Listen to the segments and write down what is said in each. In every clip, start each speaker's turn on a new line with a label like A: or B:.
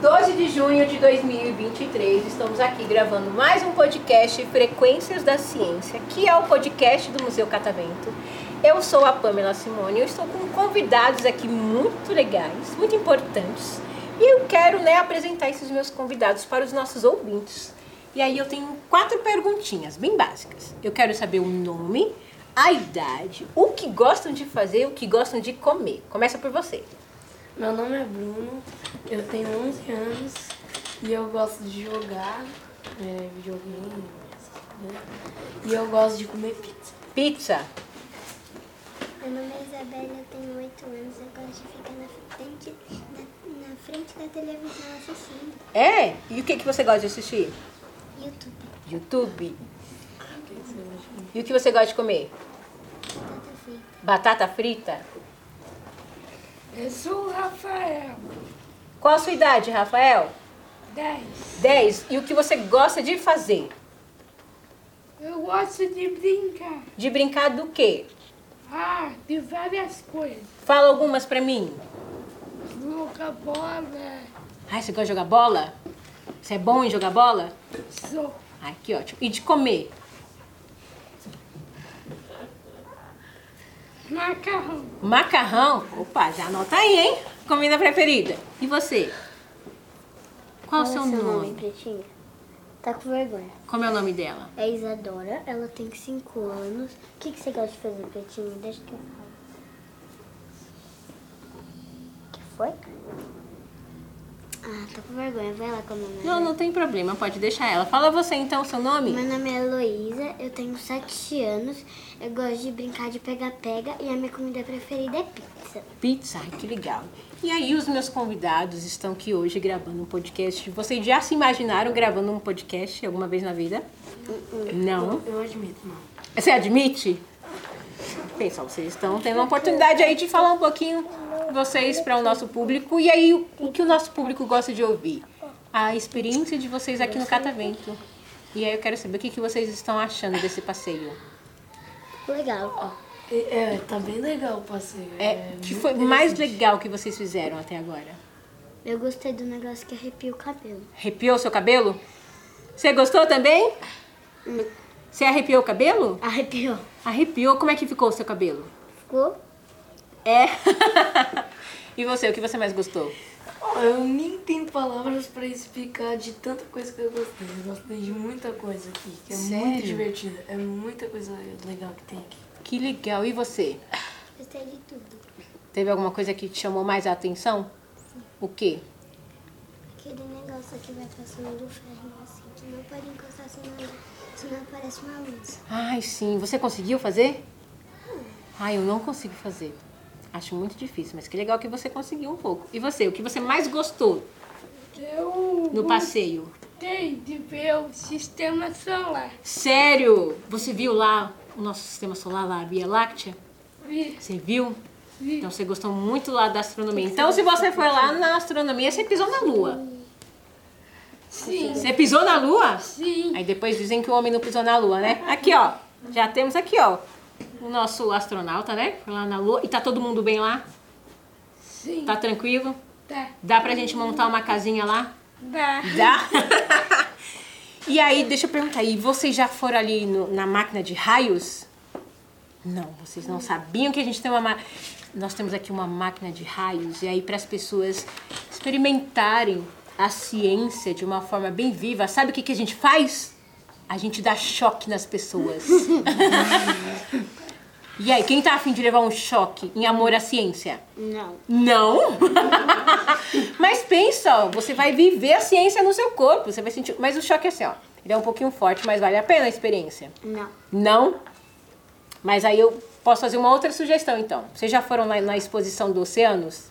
A: 12 de junho de 2023, estamos aqui gravando mais um podcast Frequências da Ciência, que é o podcast do Museu Catavento. Eu sou a Pamela Simone, eu estou com convidados aqui muito legais, muito importantes, e eu quero né, apresentar esses meus convidados para os nossos ouvintes. E aí eu tenho quatro perguntinhas bem básicas. Eu quero saber o nome, a idade, o que gostam de fazer, o que gostam de comer. Começa por você.
B: Meu nome é Bruno, eu tenho 11 anos e eu gosto de jogar é, videogame. essas coisas. né? E eu gosto de comer pizza.
A: Pizza.
C: Meu nome é Isabela, eu tenho 8 anos, eu gosto de ficar na frente, na, na frente da televisão assistindo
A: É? E o que, que você gosta de assistir?
C: YouTube,
A: YouTube. E o que você gosta de comer?
C: batata frita.
A: Batata frita?
D: Eu sou o Rafael,
A: Qual a sua idade, Rafael?
D: 10.
A: 10. E o que você gosta de fazer?
D: Eu gosto de brincar,
A: De brincar do quê?
D: ah, de várias coisas.
A: Fala algumas pra mim.
D: Jogar bola,
A: Ai, você gosta de jogar bola? Você é bom em jogar bola?
D: sou
A: Ai, que ótimo. E de comer?
D: macarrão,
A: Macarrão? Opa, já anota aí, hein? Comida preferida. E você? Qual é o seu nome?
C: pretinha? Tá com vergonha.
A: Como é o nome dela?
C: É Isadora, ela tem 5 anos. O que, que você gosta de fazer, pretinha? Deixa que eu falo. que foi? Ah, tô com vergonha, vai lá comer.
A: Não, não tem problema, pode deixar ela. Fala você então, seu nome?
C: Meu nome é Heloísa, eu tenho 7 anos, eu gosto de brincar de pega-pega e a minha comida preferida é pizza.
A: Pizza, ai, que legal. E aí, os meus convidados estão aqui hoje gravando um podcast. Vocês já se imaginaram gravando um podcast alguma vez na vida? Não?
B: Eu admito, não.
A: Você admite? Pessoal, vocês estão tendo uma oportunidade aí de falar um pouquinho de vocês para o nosso público. E aí, o- o que o nosso público gosta de ouvir? A experiência de vocês aqui no Catavento. E aí, eu quero saber o que, que vocês estão achando desse passeio.
C: Legal.
B: E- É, tá bem legal o passeio.
A: É, que foi mais legal que vocês fizeram até agora?
C: Eu gostei do negócio que arrepia o cabelo.
A: Arrepiou seu cabelo? Você gostou também? Você arrepiou o cabelo?
C: Arrepiou.
A: Arrepiou. Como é que ficou o seu cabelo?
C: Ficou?
A: É. e você, o que você mais gostou?
B: Eu nem tenho palavras pra explicar de tanta coisa que eu gostei. Eu gostei de muita coisa aqui, que é
A: Sério?
B: muito divertida. É muita coisa legal que tem aqui.
A: Que legal. E você?
C: Gostei de tudo.
A: Teve alguma coisa que te chamou mais a atenção? O quê?
C: Aquele negócio que vai passando do ferro assim, que não pode encostar senão, senão aparece uma luz.
A: Ai, sim. Você conseguiu fazer? Ai, eu não consigo fazer. Acho muito difícil, mas que legal que você conseguiu um pouco. E você, o que você mais gostou
D: eu
A: no passeio?
D: gostei de ver o sistema solar.
A: Sério? Você viu lá o nosso sistema solar, lá, a Via Láctea?
D: Vi,
A: Você viu?
D: vi,
A: Então você gostou muito lá da astronomia. Então se você foi lá na astronomia, você pisou na lua.
D: sim,
A: Você pisou na lua?
D: sim,
A: Aí depois dizem que o homem não pisou na lua, né? Aqui, ó. Já temos aqui, ó. O nosso astronauta, né? Foi lá na lua. E tá todo mundo bem lá?
D: sim.
A: Tá tranquilo?
D: Tá,
A: Dá pra gente montar uma casinha lá?
D: tá.
A: Dá. e aí, deixa eu perguntar aí, vocês já foram ali no- na máquina de raios? Não, vocês não sabiam que a gente tem uma ma- nós temos aqui uma máquina de raios e aí para as pessoas experimentarem a ciência de uma forma bem viva, sabe o que que a gente faz? A gente dá choque nas pessoas. e aí, quem tá afim de levar um choque em amor à ciência?
C: Não.
A: Não? Mas pensa, ó, você vai viver a ciência no seu corpo, você vai sentir. Mas o choque é assim, ó. Ele é um pouquinho forte, mas vale a pena a experiência.
C: Não.
A: Não? Mas aí eu posso fazer uma outra sugestão, então. Vocês já foram na, na exposição do Oceanos?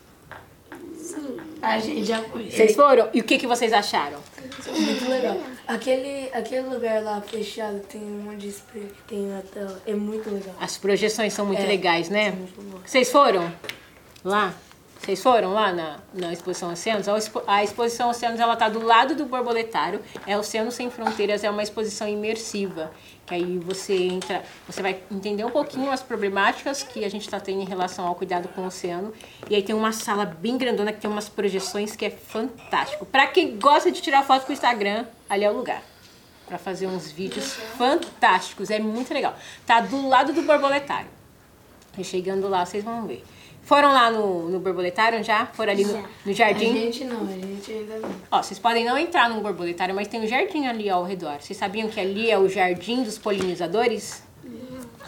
B: A gente já foi.
A: Vocês foram? E o que, que vocês acharam?
B: Muito legal. Aquele, aquele lugar lá fechado tem um monte de spray que tem na tela. É muito legal.
A: As projeções são muito legais, né?
B: muito boa.
A: Vocês foram? Lá? Vocês foram lá na, na Exposição Oceanos? A, expo- a Exposição Oceanos ela tá do lado do Borboletário. É Oceanos Sem Fronteiras, é uma exposição imersiva. Que aí você entra, você vai entender um pouquinho as problemáticas que a gente está tendo em relação ao cuidado com o oceano. E aí tem uma sala bem grandona que tem umas projeções que é fantástico. Para quem gosta de tirar foto com o Instagram, ali é o lugar para fazer uns vídeos fantásticos. É muito legal. Tá do lado do borboletário. E chegando lá, vocês vão ver. Foram lá no, no borboletário já? Foram ali no, no
B: A
A: jardim?
B: gente não, a gente ainda não.
A: Ó, vocês podem não entrar no borboletário, mas tem um jardim ali ao redor. Vocês sabiam que ali é o jardim dos polinizadores?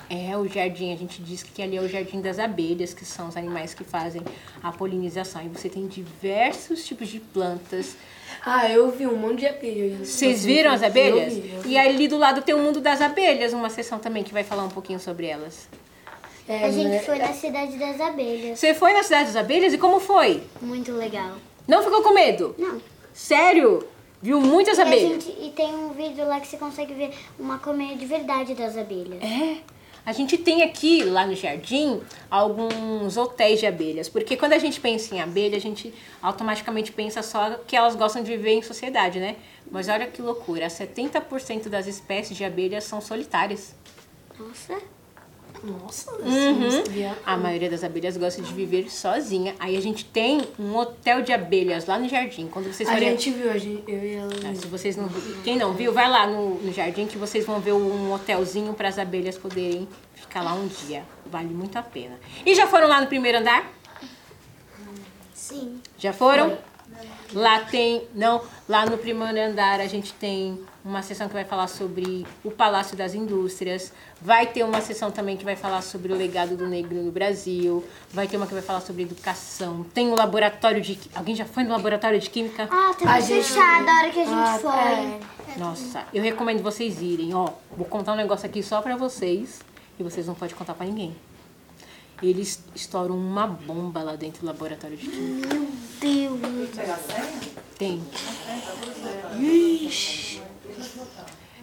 A: É o jardim, a gente diz que ali é o jardim das abelhas, que são os animais que fazem a polinização. E você tem diversos tipos de plantas,
B: Ah, eu vi um monte de abelhas.
A: vocês viram as abelhas?
B: Eu vi, eu vi.
A: E ali do lado tem o mundo das abelhas, uma sessão também que vai falar um pouquinho sobre elas.
B: É,
C: A gente
B: né?
C: foi na Cidade das Abelhas.
A: Você foi na cidade das abelhas e como foi?
C: Muito legal.
A: Não ficou com medo?
C: Não.
A: Sério? Viu muitas
B: É,
C: E, a
A: abelhas?
C: gente, e tem um vídeo lá que você consegue ver uma colmeia de verdade das abelhas.
A: É. A gente tem aqui, lá no jardim, alguns hotéis de abelhas. Porque quando a gente pensa em abelha, a gente automaticamente pensa só que elas gostam de viver em sociedade, né? Mas olha que loucura, 70% das espécies de abelhas são solitárias.
C: É. Nossa.
B: Nossa, assim,
A: Uhum.
B: não sabia.
A: A maioria das abelhas gosta de viver sozinha. Aí a gente tem um hotel de abelhas lá no jardim. Quando vocês
B: A
A: forem.
B: gente viu, a gente, eu
D: É.
B: e ela.
A: Ah,
B: vimos.
A: Se vocês não quem não viu, vai lá no, no jardim que vocês vão ver um hotelzinho para as abelhas poderem ficar lá um dia. Vale muito a pena. E já foram lá no primeiro andar?
C: Sim.
A: Já foram? Lá tem, não, lá no primeiro andar a gente tem uma sessão que vai falar sobre o Palácio das Indústrias, vai ter uma sessão também que vai falar sobre o legado do negro no Brasil, vai ter uma que vai falar sobre educação, tem o laboratório de, qui- alguém já foi no laboratório de química?
C: Ah,
B: A
C: tava
B: gente-
C: fechado a tá. hora que a gente
B: Ah,
C: foi.
A: Nossa, eu recomendo vocês irem, ó. Vou contar um negócio aqui só pra vocês e vocês não podem contar pra ninguém. Eles estouram uma bomba lá dentro do laboratório de química.
C: Deus.
A: Tem. Ixi.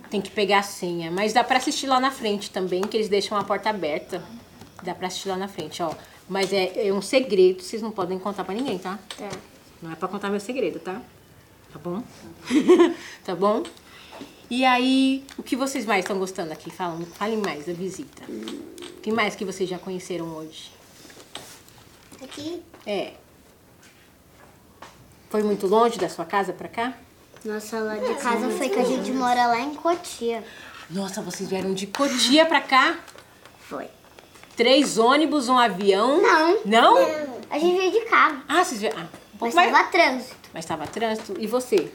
A: Tem que pegar a senha, mas dá pra assistir lá na frente também, que eles deixam a porta aberta. Dá pra assistir lá na frente, ó. Mas é, é um segredo, vocês não podem contar pra ninguém, tá? Não é pra contar meu segredo, tá? Tá bom? tá bom? E aí, o que vocês mais estão gostando aqui? Falam, falem mais da visita. O que mais que vocês já conheceram hoje?
C: Aqui?
A: É. Foi muito longe da sua casa pra cá?
C: Nossa, lá de casa foi que a gente mora lá em Cotia.
A: Nossa, vocês vieram de Cotia pra cá?
C: Foi.
A: Três ônibus, um avião?
C: Não.
A: Não?
C: A gente veio de carro.
A: Ah, vocês vieram. Ah, um
C: Mas
A: pouco mais.
C: tava trânsito.
A: Mas tava trânsito. E você?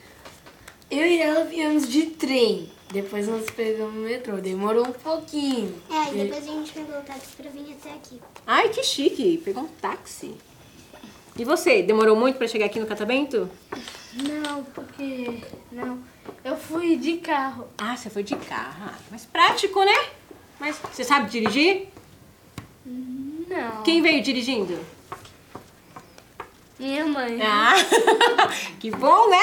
B: Eu e ela viemos de trem. Depois nós pegamos o metrô. Demorou um pouquinho.
C: É, e depois a gente pegou o táxi pra vir até aqui.
A: Ai, que chique. Pegou um táxi. E você? Demorou muito pra chegar aqui no Catabento?
D: Não, porque. Não. Eu fui de carro.
A: Ah, você foi de carro. Ah, Mas prático, né? Mas você sabe dirigir?
D: Não.
A: Quem veio dirigindo?
D: Minha mãe.
A: Ah, que bom, né?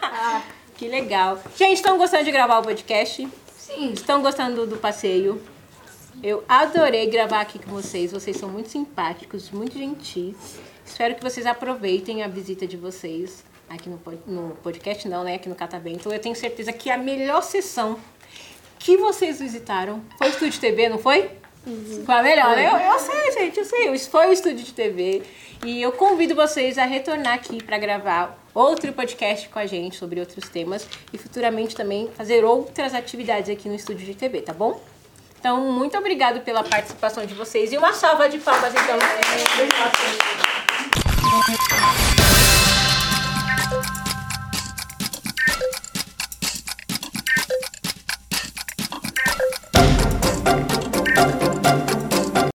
C: Ah.
A: Que legal. Gente, estão gostando de gravar o podcast?
B: Sim.
A: Estão gostando do passeio? Eu adorei gravar aqui com vocês. Vocês são muito simpáticos, muito gentis. Espero que vocês aproveitem a visita de vocês aqui no, pod- no podcast, não, né? Aqui no Catavento. Eu tenho certeza que a melhor sessão que vocês visitaram foi o Estúdio de TV, não foi? Foi a melhor, né? Eu, eu sei, gente, eu sei. Isso Foi o Estúdio de TV. E eu convido vocês a retornar aqui para gravar outro podcast com a gente sobre outros temas e futuramente também fazer outras atividades aqui no Estúdio de TV, tá bom? Então, muito obrigado pela participação de vocês e uma salva de palmas, então.